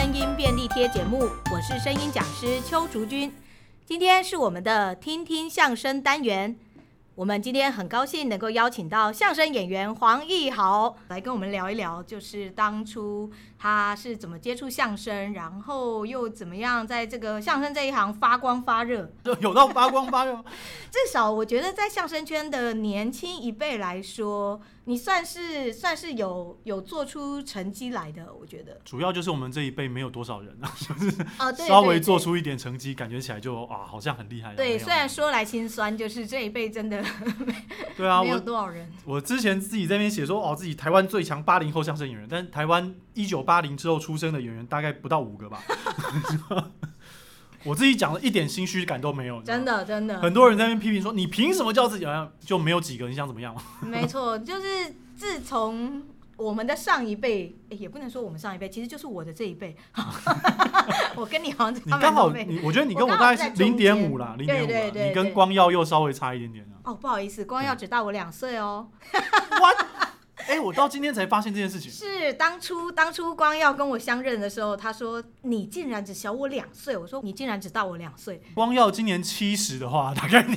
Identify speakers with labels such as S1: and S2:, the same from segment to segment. S1: 声音便利贴节目，我是声音讲师邱竹君。今天是我们的听听相声单元，我们今天很高兴能够邀请到相声演员黄义豪来跟我们聊一聊，就是当初他是怎么接触相声，然后又怎么样在这个相声这一行发光发热。
S2: 有到发光发 热吗？
S1: 至少我觉得在相声圈的年轻一辈来说，你算是算是有有做出成绩来的，我觉 得。
S2: 主要就是我们这一辈没有多少人啊，
S1: 哦，对，
S2: 稍
S1: 对
S2: 微
S1: 对
S2: 做出一点成绩，感觉起来就啊，好像很厉害。
S1: 对，
S2: 没有
S1: 虽然说来心酸，就是这一辈真的
S2: 对啊，
S1: 没有
S2: 我
S1: 多少人。
S2: 我之前自己在那边写说哦，自己台湾最强八零后相声演员，但是台湾一九八零之后出生的演员大概不到五个吧。 我自己讲了一点心虚感都没有，你知道
S1: 真
S2: 吗
S1: 的，真的，
S2: 很多人在那边批评说你凭什么叫自己好像就没有几个人想怎 么样？
S1: 没错，就是自从我们的上一辈，诶也不能说我们上一辈，其实就是我的这一 辈。我跟你好像
S2: 你
S1: 差蛮
S2: 刚好
S1: 多辈。
S2: 你我觉得你跟
S1: 我刚好
S2: 大
S1: 在
S2: 概是零
S1: 中
S2: 点
S1: 间
S2: 五啦，零点
S1: 对
S2: 五
S1: 对
S2: 啦，
S1: 对
S2: 你跟
S1: 对
S2: 光耀又稍微差一点点啊。
S1: 哦，不好意思，光耀只大我两岁哦。
S2: 哎，我到今天才发现这件事情。
S1: 是当初当初光耀跟我相认的时候，他说你竟然只小我两岁，我说你竟然只大我两岁。
S2: 光耀今年七十的话，大概 你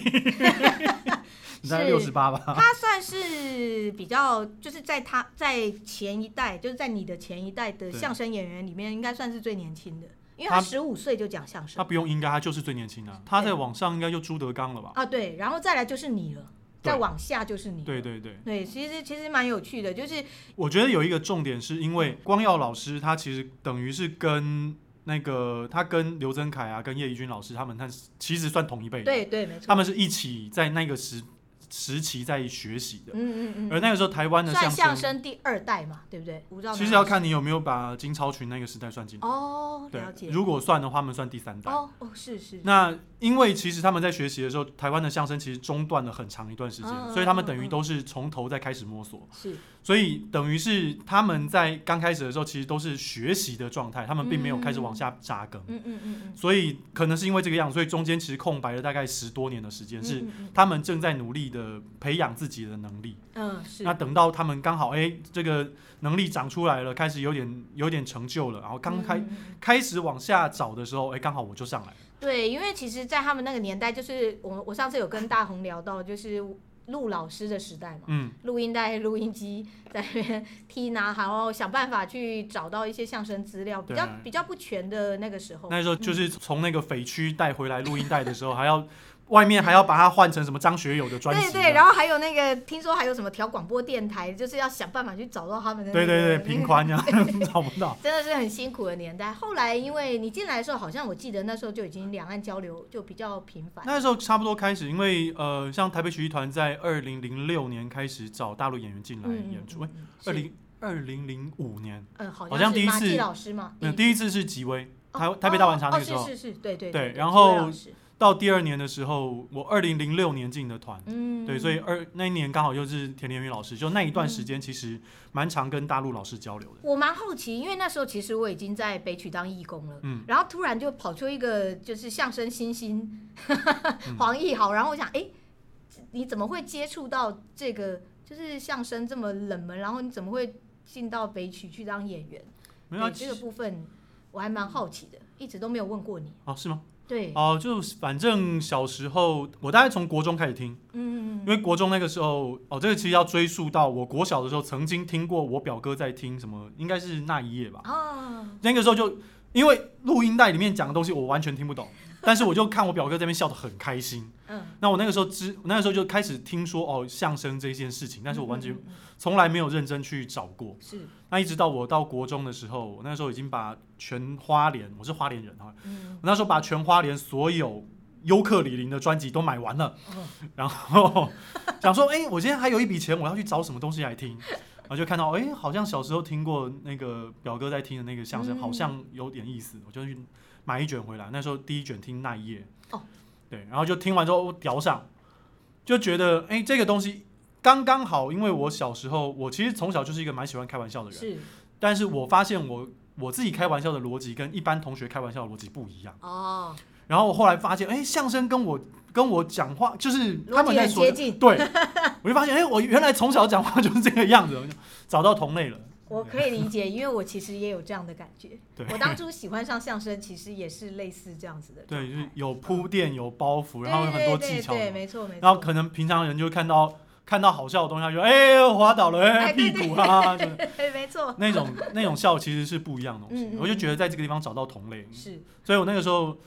S2: 你大概六十
S1: 是
S2: 八吧。
S1: 他算是比较，就是在他在前一代，就是在你的前一代的
S2: 对
S1: 相声演员里面，应该算是最年轻的，因为他
S2: 他
S1: 十五岁就讲相
S2: 他
S1: 声
S2: 不用应该，他就是最年轻的、他在网上应该就朱德刚了吧？
S1: 啊，对，然后再来就是你了，
S2: 对
S1: 再往下就是你了，
S2: 对对对，
S1: 对，其实其实蛮有趣的，就是
S2: 我觉得有一个重点是因为光耀老师他其实等于是跟那个他跟刘增凯啊，跟叶怡君老师他们，他其实算同一辈的，
S1: 对对，没错，
S2: 他们是一起在那个时时期在学习的。
S1: 嗯嗯
S2: 而那个时候台湾
S1: 嗯，
S2: 的
S1: 算
S2: 相
S1: 相
S2: 声，
S1: 声第二代嘛，对不对？吴兆南
S2: 其实要看你有没有把金超群那个时代算进来。
S1: 哦，了
S2: 对，
S1: 解，
S2: 如果算的话，他们算第三代。
S1: 哦哦是是，
S2: 那因为其实他们在学习的时候，台湾的相声其实中断了很长一段时间，
S1: 嗯嗯
S2: 所以他们
S1: 嗯
S2: 等于
S1: 嗯
S2: 都是从头再开始摸索，
S1: 是
S2: 所以等于是他们在刚开始的时候其实都是学习的状态，他们并没有开始往下扎根，
S1: 嗯嗯嗯嗯，
S2: 所以可能是因为这个样，所以中间其实空白了大概十多年的时间，是
S1: 嗯嗯
S2: 他们正在努力的培养自己的能力。
S1: 嗯嗯是
S2: 那等到他们刚好哎、这个能力长出来了，开始有点有点成就了，然后刚开、
S1: 嗯嗯嗯
S2: 开始往下找的时候，哎、刚好我就上来了。
S1: 对，因为其实，在他们那个年代，就是我我上次有跟大红聊到，就是录老师的时代嘛，
S2: 嗯，
S1: 录音带、录音机在那边 踢拿，然后想办法去找到一些相声资料，比较
S2: 对
S1: 比较不全的那个时候。
S2: 那时候
S1: 嗯
S2: 就是从那个匪区带回来录音带的时候，还要外面还要把它换成什么张学友的专辑
S1: 对
S2: 啊，
S1: 对，然后还有那个，听说还有什么调广播电台，就是要想办法去找到他们的、那
S2: 对
S1: 个。
S2: 对对，平宽这
S1: 嗯
S2: 样 找不 到。
S1: 真的是很辛苦的年代。后来因为你进来的时候，好像我记得那时候就已经两岸交流就比较频繁。
S2: 那时候差不多开始，因为呃，像台北曲艺团在二零零六年开始找大陆演员进来演出，哎、
S1: 嗯
S2: 二零二零零五年，
S1: 嗯，好
S2: 好像第一
S1: 马季
S2: 次
S1: 老师嘛，
S2: 那第一次是吉威，
S1: 哦
S2: 台台北大晚茶那个时
S1: 哦
S2: 候
S1: 哦、是是是，对对对。
S2: 对然
S1: 几位
S2: 后
S1: 老师
S2: 到第二年的时候，我二零零六年进的团。
S1: 嗯，
S2: 对，所以二那一年刚好又是田连云老师，就那一段时间其实蛮常跟大陆老师交流的。
S1: 我蛮好奇，因为那时候其实我已经在北曲当义工了，
S2: 嗯
S1: 然后突然就跑出一个就是相声新星
S2: 嗯
S1: 黄义豪，然后我想，哎，你怎么会接触到这个就是相声这么冷门，然后你怎么会进到北曲去当演员？
S2: 没有啊
S1: 对这个部分我还蛮好奇的，一直都没有问过你。
S2: 哦，是吗？
S1: 对，
S2: 哦，就是反正小时候，我大概从国中开始听，
S1: 嗯，
S2: 因为国中那个时候，哦，这个其实要追溯到我国小的时候，曾经听过我表哥在听什么，应该是那一夜吧。
S1: 啊，
S2: 那个时候就因为录音带里面讲的东西我完全听不懂，但是我就看我表哥在那边笑得很开心。
S1: 嗯，
S2: 那我那个时候知，我那个时候就开始听说哦相声这件事情，但是我完全
S1: 嗯嗯嗯
S2: 从来没有认真去找过。
S1: 嗯是，
S2: 那一直到我到国中的时候，我那时候已经把全花莲，我是花莲人哈，
S1: 嗯，
S2: 我那时候把全花莲所有尤克里林的专辑都买完了，
S1: 哦
S2: 然后想说，哎、我今天还有一笔钱，我要去找什么东西来听，然后就看到，哎、好像小时候听过那个表哥在听的那个相声，
S1: 嗯
S2: 好像有点意思，我就去买一卷回来。那时候第一卷听那一夜，
S1: 哦，
S2: 对，然后就听完之后我调上，就觉得，哎、这个东西刚刚好，因为我小时候，我其实从小就是一个蛮喜欢开玩笑的人，
S1: 是
S2: 但是我发现我我自己开玩笑的逻辑跟一般同学开玩笑的逻辑不一样。
S1: 哦，
S2: 然后我后来发现，哎，相声跟我跟我讲话，就是他
S1: 逻
S2: 们
S1: 辑
S2: 在
S1: 很
S2: 说
S1: 接
S2: 的，
S1: 近，
S2: 对，我就发现，哎，我原来从小讲话就是这个样子，我就找到同类了。
S1: 我可以理解，因为我其实也有这样的感觉。
S2: 对
S1: 我当初喜欢上相声，其实也是类似这样子的状态。
S2: 对，就是有铺垫、有包袱，然后有很
S1: 对
S2: 多
S1: 对
S2: 技
S1: 对
S2: 巧，
S1: 对，没错没
S2: 然后
S1: 错。
S2: 可能平常人就看到看到好笑的东西，他就哎、滑倒了，哎、
S1: 哎对
S2: 屁股啊，就
S1: 对， 没错，
S2: 那种那种笑其实是不一样的东西。
S1: 嗯嗯嗯
S2: 我就觉得在这个地方找到同类，
S1: 是
S2: 所以我那个时候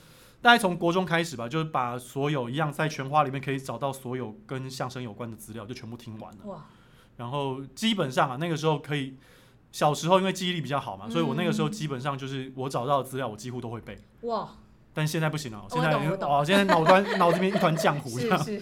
S2: 大概从国中开始吧，就是把所有一样在全花里面可以找到所有跟相声有关的资料就全部听完了。
S1: 哇，
S2: 然后基本上啊，那个时候可以。小时候因为记忆力比较好
S1: 嗯
S2: 嘛，所以我那个时候基本上就是我找到的资料我几乎都会背，
S1: 哇，
S2: 但现在不行了，
S1: 我
S2: 现在
S1: 懂我懂
S2: 哦，现在脑端脑子里面一团浆糊这
S1: 是
S2: 样。
S1: 是，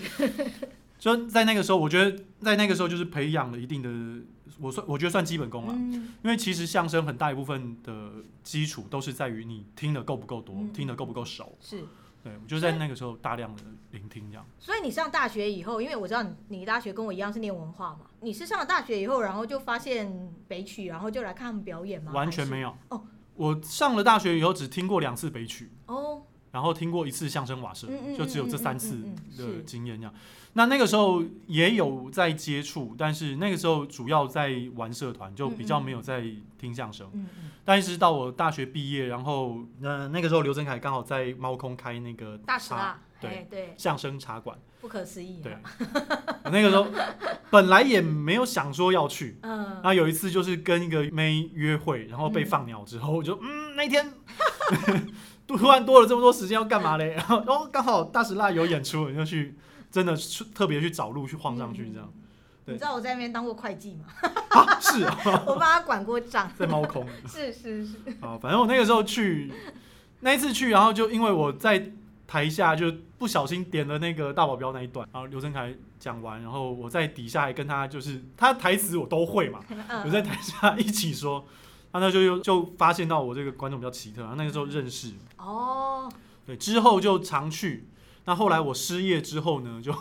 S2: 就在那个时候，我觉得在那个时候就是培养了一定的，我算我觉得算基本功了。
S1: 嗯，
S2: 因为其实相声很大一部分的基础都是在于你听的够不够多，
S1: 嗯
S2: 听的够不够熟。
S1: 是。
S2: 对，我就在那个时候大量的聆听这样。
S1: 所以你上大学以后，因为我知道你你大学跟我一样是念文化嘛，你是上了大学以后，然后就发现北曲，然后就来看他们表演吗？
S2: 完全
S1: 还是
S2: 没有。
S1: 哦，
S2: 我上了大学以后只听过两次北曲，
S1: 哦，
S2: 然后听过一次相声瓦舍，
S1: 嗯嗯
S2: 就只有这三次
S1: 嗯嗯嗯嗯嗯
S2: 的
S1: 是
S2: 经验这样。那那个时候也有在接触，但是那个时候主要在玩社团，就比较没有在听相声。
S1: 嗯嗯，
S2: 但是到我大学毕业，然后那那个时候刘振凯刚好在猫空开那个
S1: 大使
S2: 茶
S1: 啦，
S2: 对
S1: 哎对，
S2: 相声茶馆，
S1: 不可思议，啊
S2: 对，，我那个时候本来也没有想说要去，
S1: 嗯，
S2: 那有一次就是跟一个妹约会，然后被放鸟之后，我就嗯那一天 突然多了这么多时间要干嘛嘞？ 然后哦刚好大石蜡有演出，我就去真的去特别去找路去晃上去这样、
S1: 嗯
S2: 对
S1: 你知道我在那边当过会计 吗？
S2: 啊，是啊，
S1: 我帮他管过账，
S2: 在猫空。
S1: 是是是，
S2: 啊，反正我那个时候去，那一次去，然后就因为我在台下就不小心点了那个大保镖那一段，然后刘振凯讲完，然后我在底下还跟他就是他台词我都会嘛，我
S1: 嗯，
S2: 在台下一起说，他那就又就发现到我这个观众比较奇特，然后那个时候认识，
S1: 哦，
S2: 对，之后就常去。那后来我失业之后呢，就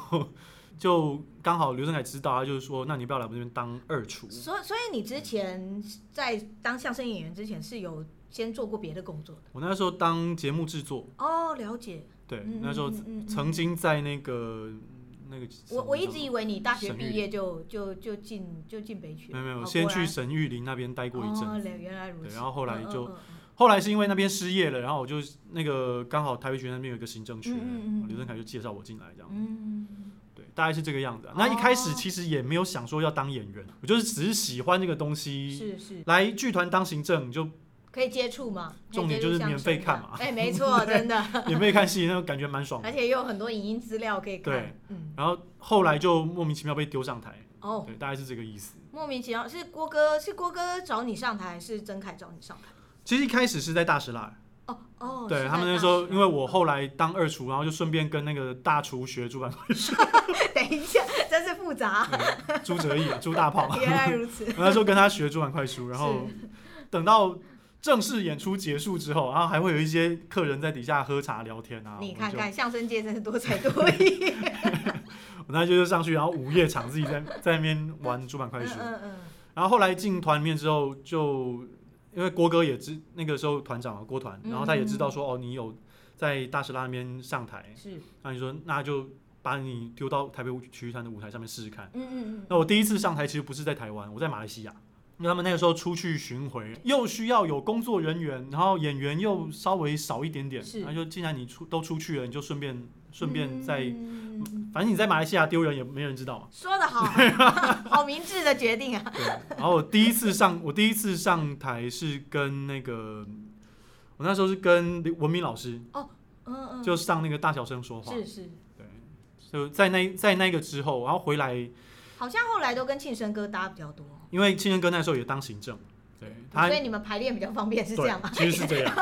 S2: 就刚好刘振凯知道，他就是说，那你不要来我们这边当二厨，
S1: 所以所以你之前在当相声演员之前是有先做过别的工作的，
S2: 我那时候当节目制作，
S1: 哦，了解，
S2: 对，
S1: 嗯
S2: 那时候
S1: 嗯嗯嗯
S2: 曾经在那个那个什么
S1: 我我一直
S2: 地
S1: 以为你大学
S2: 神域
S1: 毕业就就就进就进北曲
S2: 方
S1: 了，
S2: 没有没
S1: 哦
S2: 有，先
S1: 果然
S2: 去神玉林那边待过一阵，
S1: 哦，原来如此。
S2: 对然后后来就
S1: 嗯嗯
S2: 后来是因为那边失业了，然后我就那个刚好台北学院那边有一个行政区，啊
S1: 嗯嗯嗯
S2: 刘振凯就介绍我进来这样，
S1: 嗯嗯
S2: 对，大概是这个样子啊、
S1: 哦
S2: 那一开始其实也没有想说要当演员，我就是只是喜欢这个东
S1: 嗯
S2: 西，
S1: 是是
S2: 来剧团当行政就
S1: 可以接触嘛，可以
S2: 重点就是
S1: 接触
S2: 免
S1: 相
S2: 费
S1: 声
S2: 看
S1: 嘛
S2: 嘛
S1: 哎，没 错，真的，
S2: 免费看戏，那种感觉蛮爽
S1: 而
S2: 的。
S1: 且也有很多影音资料可以看。
S2: 对，
S1: 嗯，
S2: 然后后来就莫名其妙被丢上台，
S1: 哦，
S2: 对，大概是这个意思。
S1: 莫名其妙是郭哥，是郭哥找你上台，还是曾凯找你上台？
S2: 其实一开始是在大石蜡，
S1: 哦哦，是
S2: 对
S1: 在
S2: 他们那
S1: 大
S2: 时候，
S1: 学
S2: 因为我后来当二厨，然后就顺便跟那个大厨学主板
S1: 等一下，真是复杂，
S2: 朱哲义、朱大炮，
S1: 原 来如此。
S2: 然后就跟他学主板快书，然后等到正式演出结束之后，然后还会有一些客人在底下喝茶聊天啊。
S1: 你
S2: 我们
S1: 看
S2: 就，
S1: 看，相声界真是多 才多艺。
S2: 我那就是上去，然后午夜场自己在 在那边玩主板快
S1: 嗯
S2: 书。
S1: 嗯嗯，
S2: 然后后来进团里面之后就，因为郭哥也知那个时候团长啊郭团，
S1: 嗯
S2: 然后他也知道说、哦你有在大石拉那边上台，
S1: 是，
S2: 那你说那就把你丢到台北曲艺团的舞台上面试试看。
S1: 嗯嗯嗯，
S2: 那我第一次上台其实不是在台湾，我在马来西亚。因为他们那个时候出去巡回，又需要有工作人员，然后演员又稍微少一点点，
S1: 是
S2: 那就既然你出都出去了，你就顺便顺便在，
S1: 嗯
S2: 反正你在马来西亚丢人也没人知道嘛。
S1: 说 得好，好明智的决定啊！
S2: 对。然后我第一次上，我第一次上台是跟那个，我那时候是跟文明老师，
S1: 嗯嗯，
S2: 就上那个大小声说话，
S1: 是是，
S2: 对，就在那在那个之后，然后回来，
S1: 好像后来都跟庆生哥搭比较多，
S2: 因为庆生哥那时候也当行政，对他
S1: 所以你们排练比较方便，是这样吗？
S2: 对其实是这样。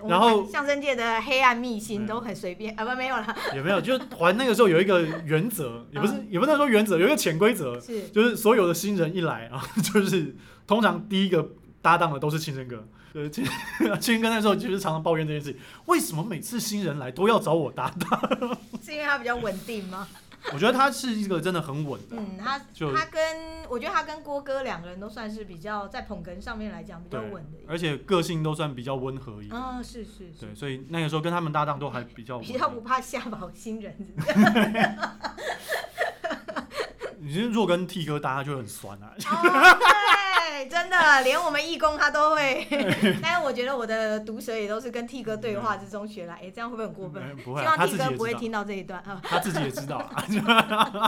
S1: 我们
S2: 然后
S1: 相声界的黑暗秘辛
S2: 嗯
S1: 都很随便啊，不没有啦，
S2: 也没有，就是团那个时候有一个原则，也不
S1: 嗯
S2: 是也不能说原则，有一个潜规则，
S1: 是
S2: 就是所有的新人一来 啊，就是通常第一个搭档的都是庆生哥。呃， 庆庆生哥那时候就是常常抱怨这件事情，为什么每次新人来都要找我搭档？
S1: 是因为他比较稳定吗？
S2: 我觉得他是一个真的很稳的，
S1: 嗯，他
S2: 啊就
S1: 他跟我觉得他跟郭哥两个人都算是比较在捧哏上面来讲比较
S2: 对
S1: 稳的一个，
S2: 而且个性都算比较温和一点。
S1: 啊，是是是
S2: 对，，所以那个时候跟他们搭档都还比较稳
S1: 比较不怕吓跑新人，
S2: 你是如果跟 T 哥搭就很酸啊，
S1: 哦，对，真的，连我们义工他都 会。但是我觉得我的毒舌也都是跟 T 哥对话之中学来，哎、这样会不会很过分？
S2: 嗯不
S1: 希
S2: 会啊，
S1: 望
S2: 他
S1: T
S2: 自己
S1: 哥
S2: 也
S1: 不会
S2: 知道。
S1: 听到这一段啊。
S2: 他自己也知道啦。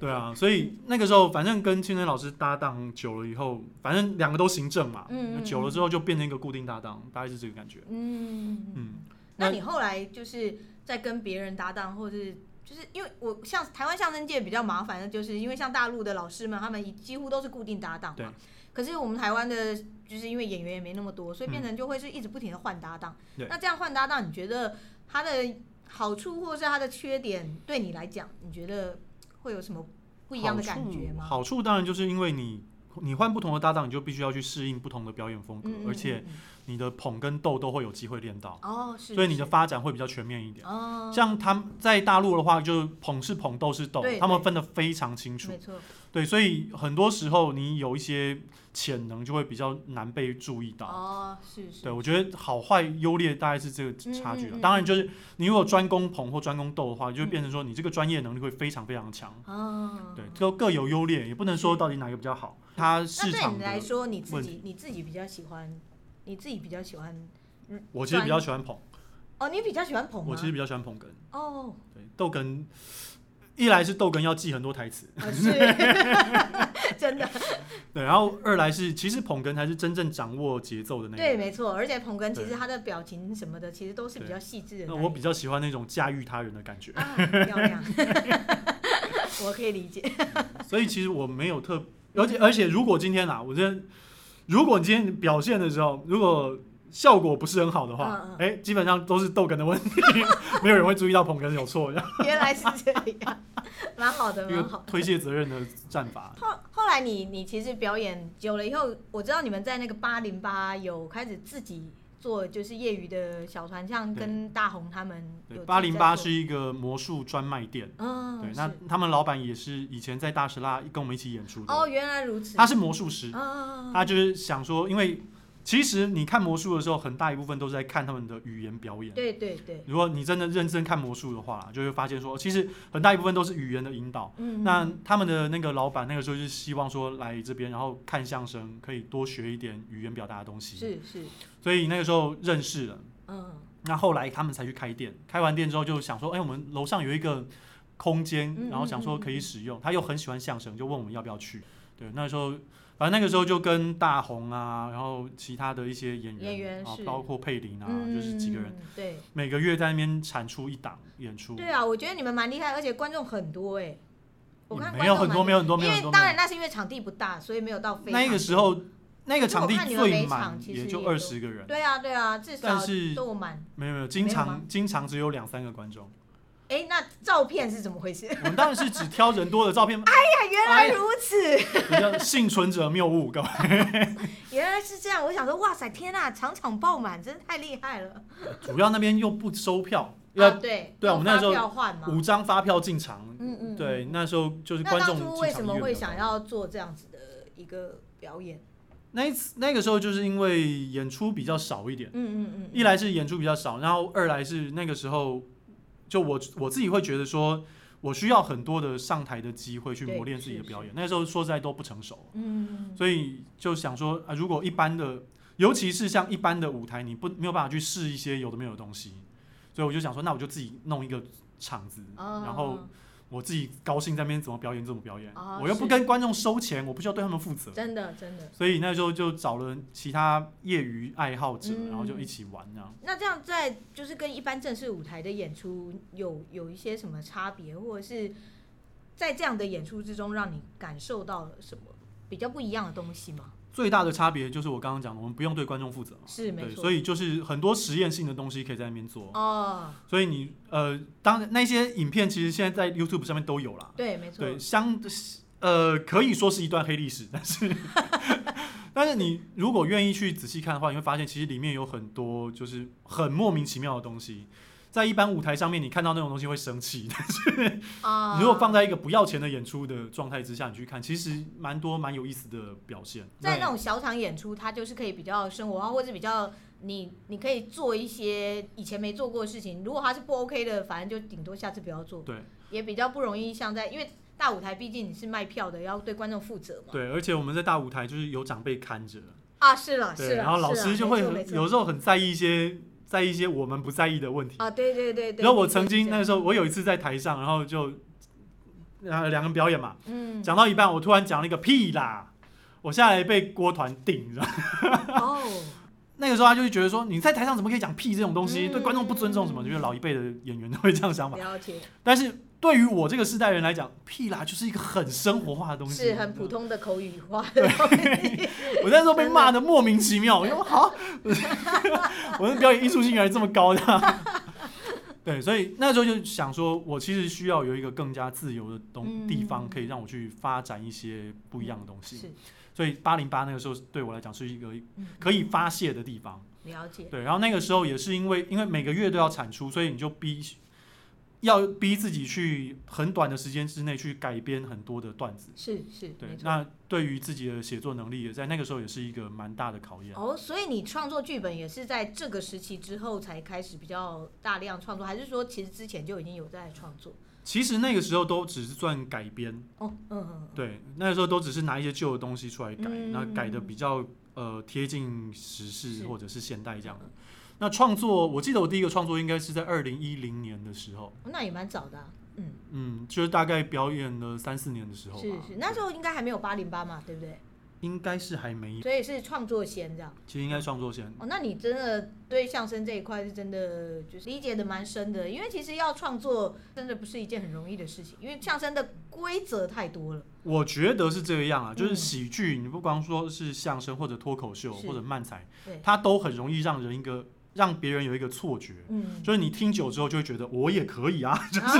S2: 对啊，所以那个时候反正跟青春老师搭档久了以后，反正两个都行政嘛，
S1: 嗯嗯嗯
S2: 久了之后就变成一个固定搭档，大概是这个感觉。
S1: 嗯，
S2: 嗯，
S1: 那你后来就是在跟别人搭档，或是就是因为我像台湾相声界比较麻烦的，就是因为像大陆的老师们，他们几乎都是固定搭档
S2: 对
S1: 嘛。可是我们台湾的，就是因为演员也没那么多，所以变成就会是一直不停的换搭档。
S2: 嗯对
S1: 那这样换搭档，你觉得它的好处或是它的缺点，对你来讲，你觉得会有什么不一样的感觉吗？
S2: 好处好处当然就是因为你你换不同的搭档，你就必须要去适应不同的表演风格，
S1: 嗯，嗯
S2: 而且
S1: 嗯嗯
S2: 你的捧跟逗都会有机会练到，
S1: 哦，是，
S2: 所以你的
S1: 是
S2: 发展会比较全面一点。
S1: 哦，
S2: 像他们在大陆的话，就是捧是捧，逗是逗
S1: 对，
S2: 他们
S1: 对
S2: 分得非常清楚
S1: 没。错，
S2: 对，所以很多时候你有一些潜能就会比较难被注意到。
S1: 哦，是是，
S2: 对，我觉得好坏优劣大概是这个差距
S1: 嗯
S2: 了。
S1: 嗯嗯
S2: 当然，就是你如果专攻捧或专攻斗的话，就会变成说你这个专业能力会非常非常强。
S1: 哦，
S2: 对，都各有优劣，也不能说到底哪个比较好。它
S1: 那
S2: 市
S1: 对
S2: 场
S1: 你来
S2: 的，
S1: 说，你自
S2: 问
S1: 己你自己比较喜欢，你自己比较喜欢
S2: 我其实比较喜欢捧，
S1: 哦，你比较喜欢捧吗？
S2: 我其实比较喜欢捧哏。
S1: 哦，
S2: 对，逗哏，一来是逗哏要记很多台词，
S1: 呃是 真的，
S2: 对，然后二来是其实捧哏才是真正掌握节奏的那个
S1: 对，
S2: 人。
S1: 没错。而且捧哏其实
S2: 对
S1: 他的表情什么的，其实都是比
S2: 对
S1: 较细致的
S2: 那
S1: 那一
S2: 我比较喜欢那种驾驭他人的感 觉。
S1: 啊，漂亮，我可以理解。
S2: 所以其实我没有特，而且而且如果今天啊，我觉得如果你今天表现的时候，如果效果不是很好的话
S1: 嗯嗯，
S2: 哎、基本上都是逗哏的问题， 没有人会注意到捧哏有错，然后
S1: 原来是这样，蛮好的，
S2: 一个
S1: 蛮好的。
S2: 推卸责任的战法。
S1: 后后来你你其实表演久了以后，我知道你们在那个八零八有开始自己做，就是业余的小团，像
S2: 对
S1: 跟大红他们有
S2: 对，
S1: 自己
S2: 八零
S1: 在
S2: 八
S1: 做
S2: 是一个魔术专卖店，
S1: 嗯，
S2: 对，
S1: 是
S2: 那他们老板也是以前在大石蜡跟我们一起演出的，
S1: 哦，原来如此。
S2: 他是魔术师，
S1: 嗯，
S2: 他就是想说，因为其实你看魔术的时候，很大一部分都是在看他们的语言表演。
S1: 对对对，
S2: 如果你真的认真看魔术的话啦，就会发现说，其实很大一部分都是语言的引导。
S1: 嗯，
S2: 那他们的那个老板那个时候就是希望说来这边，然后看相声可以多学一点语言表达的东西，
S1: 是是，
S2: 所以那个时候认识了。
S1: 嗯
S2: 那后来他们才去开店，开完店之后就想说，哎、我们楼上有一个空
S1: 嗯
S2: 间，然后想
S1: 嗯
S2: 说
S1: 嗯
S2: 可以使用。他又很喜欢相声，就问我们要不要去。对，那时候反正那个时候就跟大红啊，然后其他的一些演员，
S1: 演员
S2: 啊
S1: 是，
S2: 包括佩林啊，
S1: 嗯，
S2: 就是几个人。
S1: 对
S2: 每个月在那边产出一档演出，
S1: 对啊，我觉得你们蛮厉害，而且观众很多哎，我看
S2: 也
S1: 观
S2: 嗯没有
S1: 众
S2: 很多，
S1: 蛮
S2: 没有很多，没有
S1: 因
S2: 很
S1: 为
S2: 多。
S1: 当然那是因为场地不大，所以没有到非
S2: 那
S1: 常
S2: 个时候那个场地
S1: 可是我看你们
S2: 最
S1: 每场
S2: 满
S1: 其实
S2: 也
S1: 也
S2: 就
S1: 都
S2: 二十个人，
S1: 对啊对啊，至少
S2: 但是
S1: 都满。
S2: 没有没有，经
S1: 没有吗
S2: 常经常只有两三个观众。
S1: 哎，那照片是怎么回事？
S2: 我们当然是只挑人多的照片，
S1: 哎呀，原来如此，
S2: 比较幸存者谬误， 各位。
S1: 原来是这样。我想说，哇塞，天呐，场场爆满，真的太厉害了。
S2: 主要那边又不收票，
S1: 啊，
S2: 要
S1: 对，
S2: 对啊
S1: 用
S2: 我们那时候
S1: 发票换嘛，
S2: 五张发票进场。
S1: 嗯嗯，
S2: 对，那时候就是
S1: 那
S2: 观
S1: 当
S2: 众
S1: 初
S2: 进
S1: 为
S2: 场
S1: 什
S2: 意
S1: 么
S2: 愿
S1: 会
S2: 比较
S1: 想
S2: 高
S1: 要做这样子的一个表演？
S2: 那一次那个时候就是因为演出比较少一点。
S1: 嗯嗯嗯，
S2: 一来是演出比较少，然后二来是那个时候，就我我自己会觉得说，我需要很多的上台的机会去
S1: 对
S2: 磨练自己的
S1: 是
S2: 表演。那时候说实在都不成熟，
S1: 嗯，
S2: 所以就想说啊，如果一般的，尤其是像一般的舞台，你不没有办法去试一些有的没有的东西，所以我就想说，那我就自己弄一个场子，
S1: 哦
S2: 然后我自己高兴在那边怎么表演怎么表演，
S1: 哦
S2: 我又不
S1: 是
S2: 跟观众收钱，我不需要对他们负责。
S1: 真的真的，
S2: 所以那时候就找了其他业余爱好者，
S1: 嗯
S2: 然后就一起玩这样。
S1: 那这样在就是跟一般正式舞台的演出有有一些什么差别，或者是在这样的演出之中让你感受到了什么比较不一样的东西吗？
S2: 最大的差别就是我刚刚讲的，我们不用对观众负责嘛，
S1: 是没
S2: 对，
S1: 错
S2: 所以就是很多实验性的东西可以在那边做。
S1: 哦，
S2: 所以你呃，当然那些影片其实现在在 YouTube 上面都有啦，
S1: 对，没错，
S2: 对，相呃可以说是一段黑历史，但 是但是你如果愿意去仔细看的话，你会发现其实里面有很多就是很莫名其妙的东西。在一般舞台上面，你看到那种东西会生气。
S1: 啊，
S2: 你如果放在一个不要钱的演出的状态之下，你去看，其实蛮多蛮有意思的表现。
S1: 在那种小场演出，它就是可以比较生活化，或者比较你你可以做一些以前没做过的事情。如果它是不 OK 的，反正就顶多下次不要做。
S2: 对，
S1: 也比较不容易像在，因为大舞台毕竟你是卖票的，要对观众负责嘛。
S2: 对，而且我们在大舞台就是有长辈看着，
S1: 啊，是了，是
S2: 对，
S1: 了。
S2: 然后老
S1: 是了啊
S2: 师就
S1: 没
S2: 会
S1: 错
S2: 很
S1: 没错
S2: 有时候很在意一些在意一些我们不在意的问题。
S1: 啊，对对对对。嗯
S2: 然后我
S1: 的确
S2: 曾
S1: 是
S2: 经
S1: 这
S2: 那
S1: 样
S2: 个时候，我有一次在台上，然后就呃两个人表演嘛，
S1: 嗯，
S2: 讲到一半，我突然讲了一个屁啦，我下来被郭团顶，你知道吗？
S1: 哦，
S2: 那个时候他就会觉得说，你在台上怎么可以讲屁这种东西，
S1: 嗯
S2: 对观众不尊重什么？就是老一辈的演员都会这样想法。
S1: 了解，
S2: 但是对于我这个世代人来讲，屁啦就是一个很生活化的东西，嗯
S1: 是很
S2: 你知道
S1: 普
S2: 吗。
S1: 通的口语化。
S2: 我那时候被骂的莫名其妙，我说好， 我的表演艺术性原来这么高的。啊 对，所以那时候就想说，我其实需要有一个更加自由的东
S1: 嗯
S2: 地方，可以让我去发展一些不一样的东西。
S1: 是，嗯
S2: 所以八零八那个时候对我来讲是一个可以发泄的地方。
S1: 了解，
S2: 对，然后那个时候也是因为因为每个月都要产出，所以你就逼要逼自己去很短的时间之内去改编很多的段子。
S1: 是是，
S2: 对
S1: 没，错。
S2: 那对于自己的写作能力，也在那个时候也是一个蛮大的考验。
S1: 哦，所以你创作剧本也是在这个时期之后才开始比较大量创作，还是说其实之前就已经有在创作？
S2: 其实那个时候都只是算改编，
S1: 哦，嗯嗯，
S2: 对，那个时候都只是拿一些旧的东西出来改，
S1: 嗯
S2: 那改的比较呃贴近时事
S1: 是
S2: 或者是现代这样的。那创作，我记得我第一个创作应该是在二零一零年的时候，
S1: 嗯那也蛮早的啊、嗯，
S2: 嗯，就是大概表演了三四年的时候吧。
S1: 是是，那时
S2: 候
S1: 候应该还没有八零八嘛，对不对？
S2: 应该是还没有，
S1: 所以是创作先这样。
S2: 其实应该创作先。
S1: 哦，那你真的对相声这一块是真的就是理解的蛮深的，因为其实要创作真的不是一件很容易的事情，因为相声的规则太多了。
S2: 我觉得是这样啊，就是
S1: 嗯
S2: 喜剧，你不光说是相声或者脱口秀
S1: 是
S2: 或者漫才
S1: 对，
S2: 它都很容易让人一个让别人有一个错觉，
S1: 嗯，
S2: 就是你听久之后就会觉得我也可以啊， 就是
S1: 是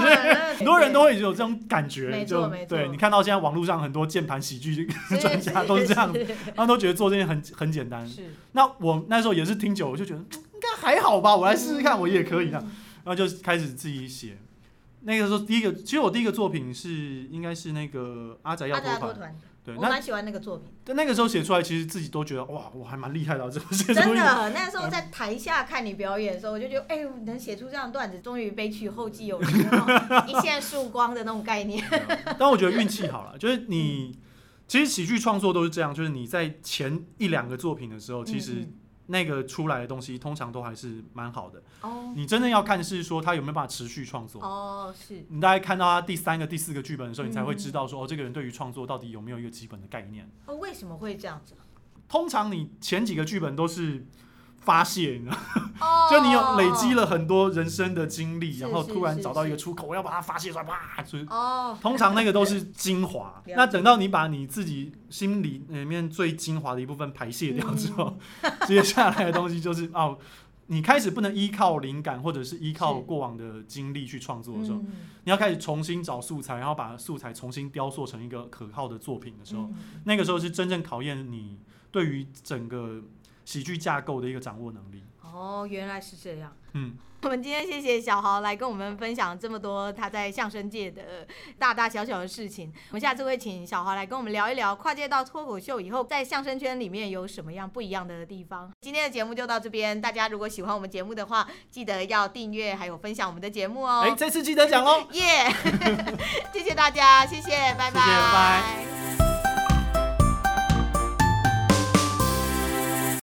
S2: 很多人都会有这种感觉，
S1: 没
S2: 就
S1: 错没错
S2: 对你看到现在网络上很多键盘喜剧专家都是这 样，
S1: 是
S2: 他们都觉得做这件很很简单。
S1: 是
S2: 那我那时候也是听久，我就觉得嗯应该还好吧，我来试试看，我也可以啊的。
S1: 嗯
S2: 然后就开始自己写。那个时候第一个，其实我第一个作品是应该是那个阿宅要
S1: 阿
S2: 脱
S1: 达多
S2: 团，
S1: 团，
S2: 对，
S1: 我
S2: 那
S1: 蛮喜欢那个作品，
S2: 但那个时候写出来，其实自己都觉得哇，我还蛮厉害的啊，这个写
S1: 真
S2: 出一个
S1: 的。那时候
S2: 嗯
S1: 在台下看你表演的时候，我就觉得，哎、呦，能写出这样的段子，终于悲曲后继有人，然后一线曙光的那种概 念。
S2: 但我觉得运气好了，就是你、
S1: 嗯
S2: 其实喜剧创作都是这样，就是你在前一两个作品的时候，哦其
S1: 嗯
S2: 实
S1: 嗯
S2: 那个出来的东西通常都还是蛮好的。
S1: 哦
S2: 你真正要看是说他有没有办法持续创作。
S1: 哦是
S2: 你大概看到他第三个、第四个剧本的时候，你才会
S1: 嗯
S2: 知道说哦，这个人对于创作到底有没有一个基本的概念。
S1: 哦，为什么会这样子啊？
S2: 通常你前几个剧本都是发泄，你知道吗，
S1: 哦，
S2: 就你有累积了很多人生的经历，
S1: 是
S2: 然后
S1: 是
S2: 突然
S1: 是
S2: 找到一个
S1: 是
S2: 出口，我要把它发泄出来，啪，就是
S1: 哦，。
S2: 通常那个都是精 华
S1: 解
S2: 那等到你把你自己心里里面最精华的一部分排泄掉之后，
S1: 嗯
S2: 接下来的东西就是哦，你开始不能依靠灵感或者是依靠
S1: 是
S2: 过往的经历去创作的时候，
S1: 嗯
S2: 你要开始重新找素材，然后把素材重新雕塑成一个可靠的作品的时候，
S1: 嗯
S2: 那个时候是真正考验你对于整个喜剧架构的一个掌握能力。
S1: 哦，原来是这样。
S2: 嗯，
S1: 我们今天谢谢小豪来跟我们分享这么多他在相声界的大大小小的事情。我们下次会请小豪来跟我们聊一聊跨界到脱口秀以后，在相声圈里面有什么样不一样的地方。今天的节目就到这边，大家如果喜欢我们节目的话，记得要订阅还有分享我们的节目
S2: 哎、
S1: 哦。
S2: 这次记得讲喽。
S1: 耶！谢谢大家，谢谢，拜
S2: 谢谢拜
S1: 拜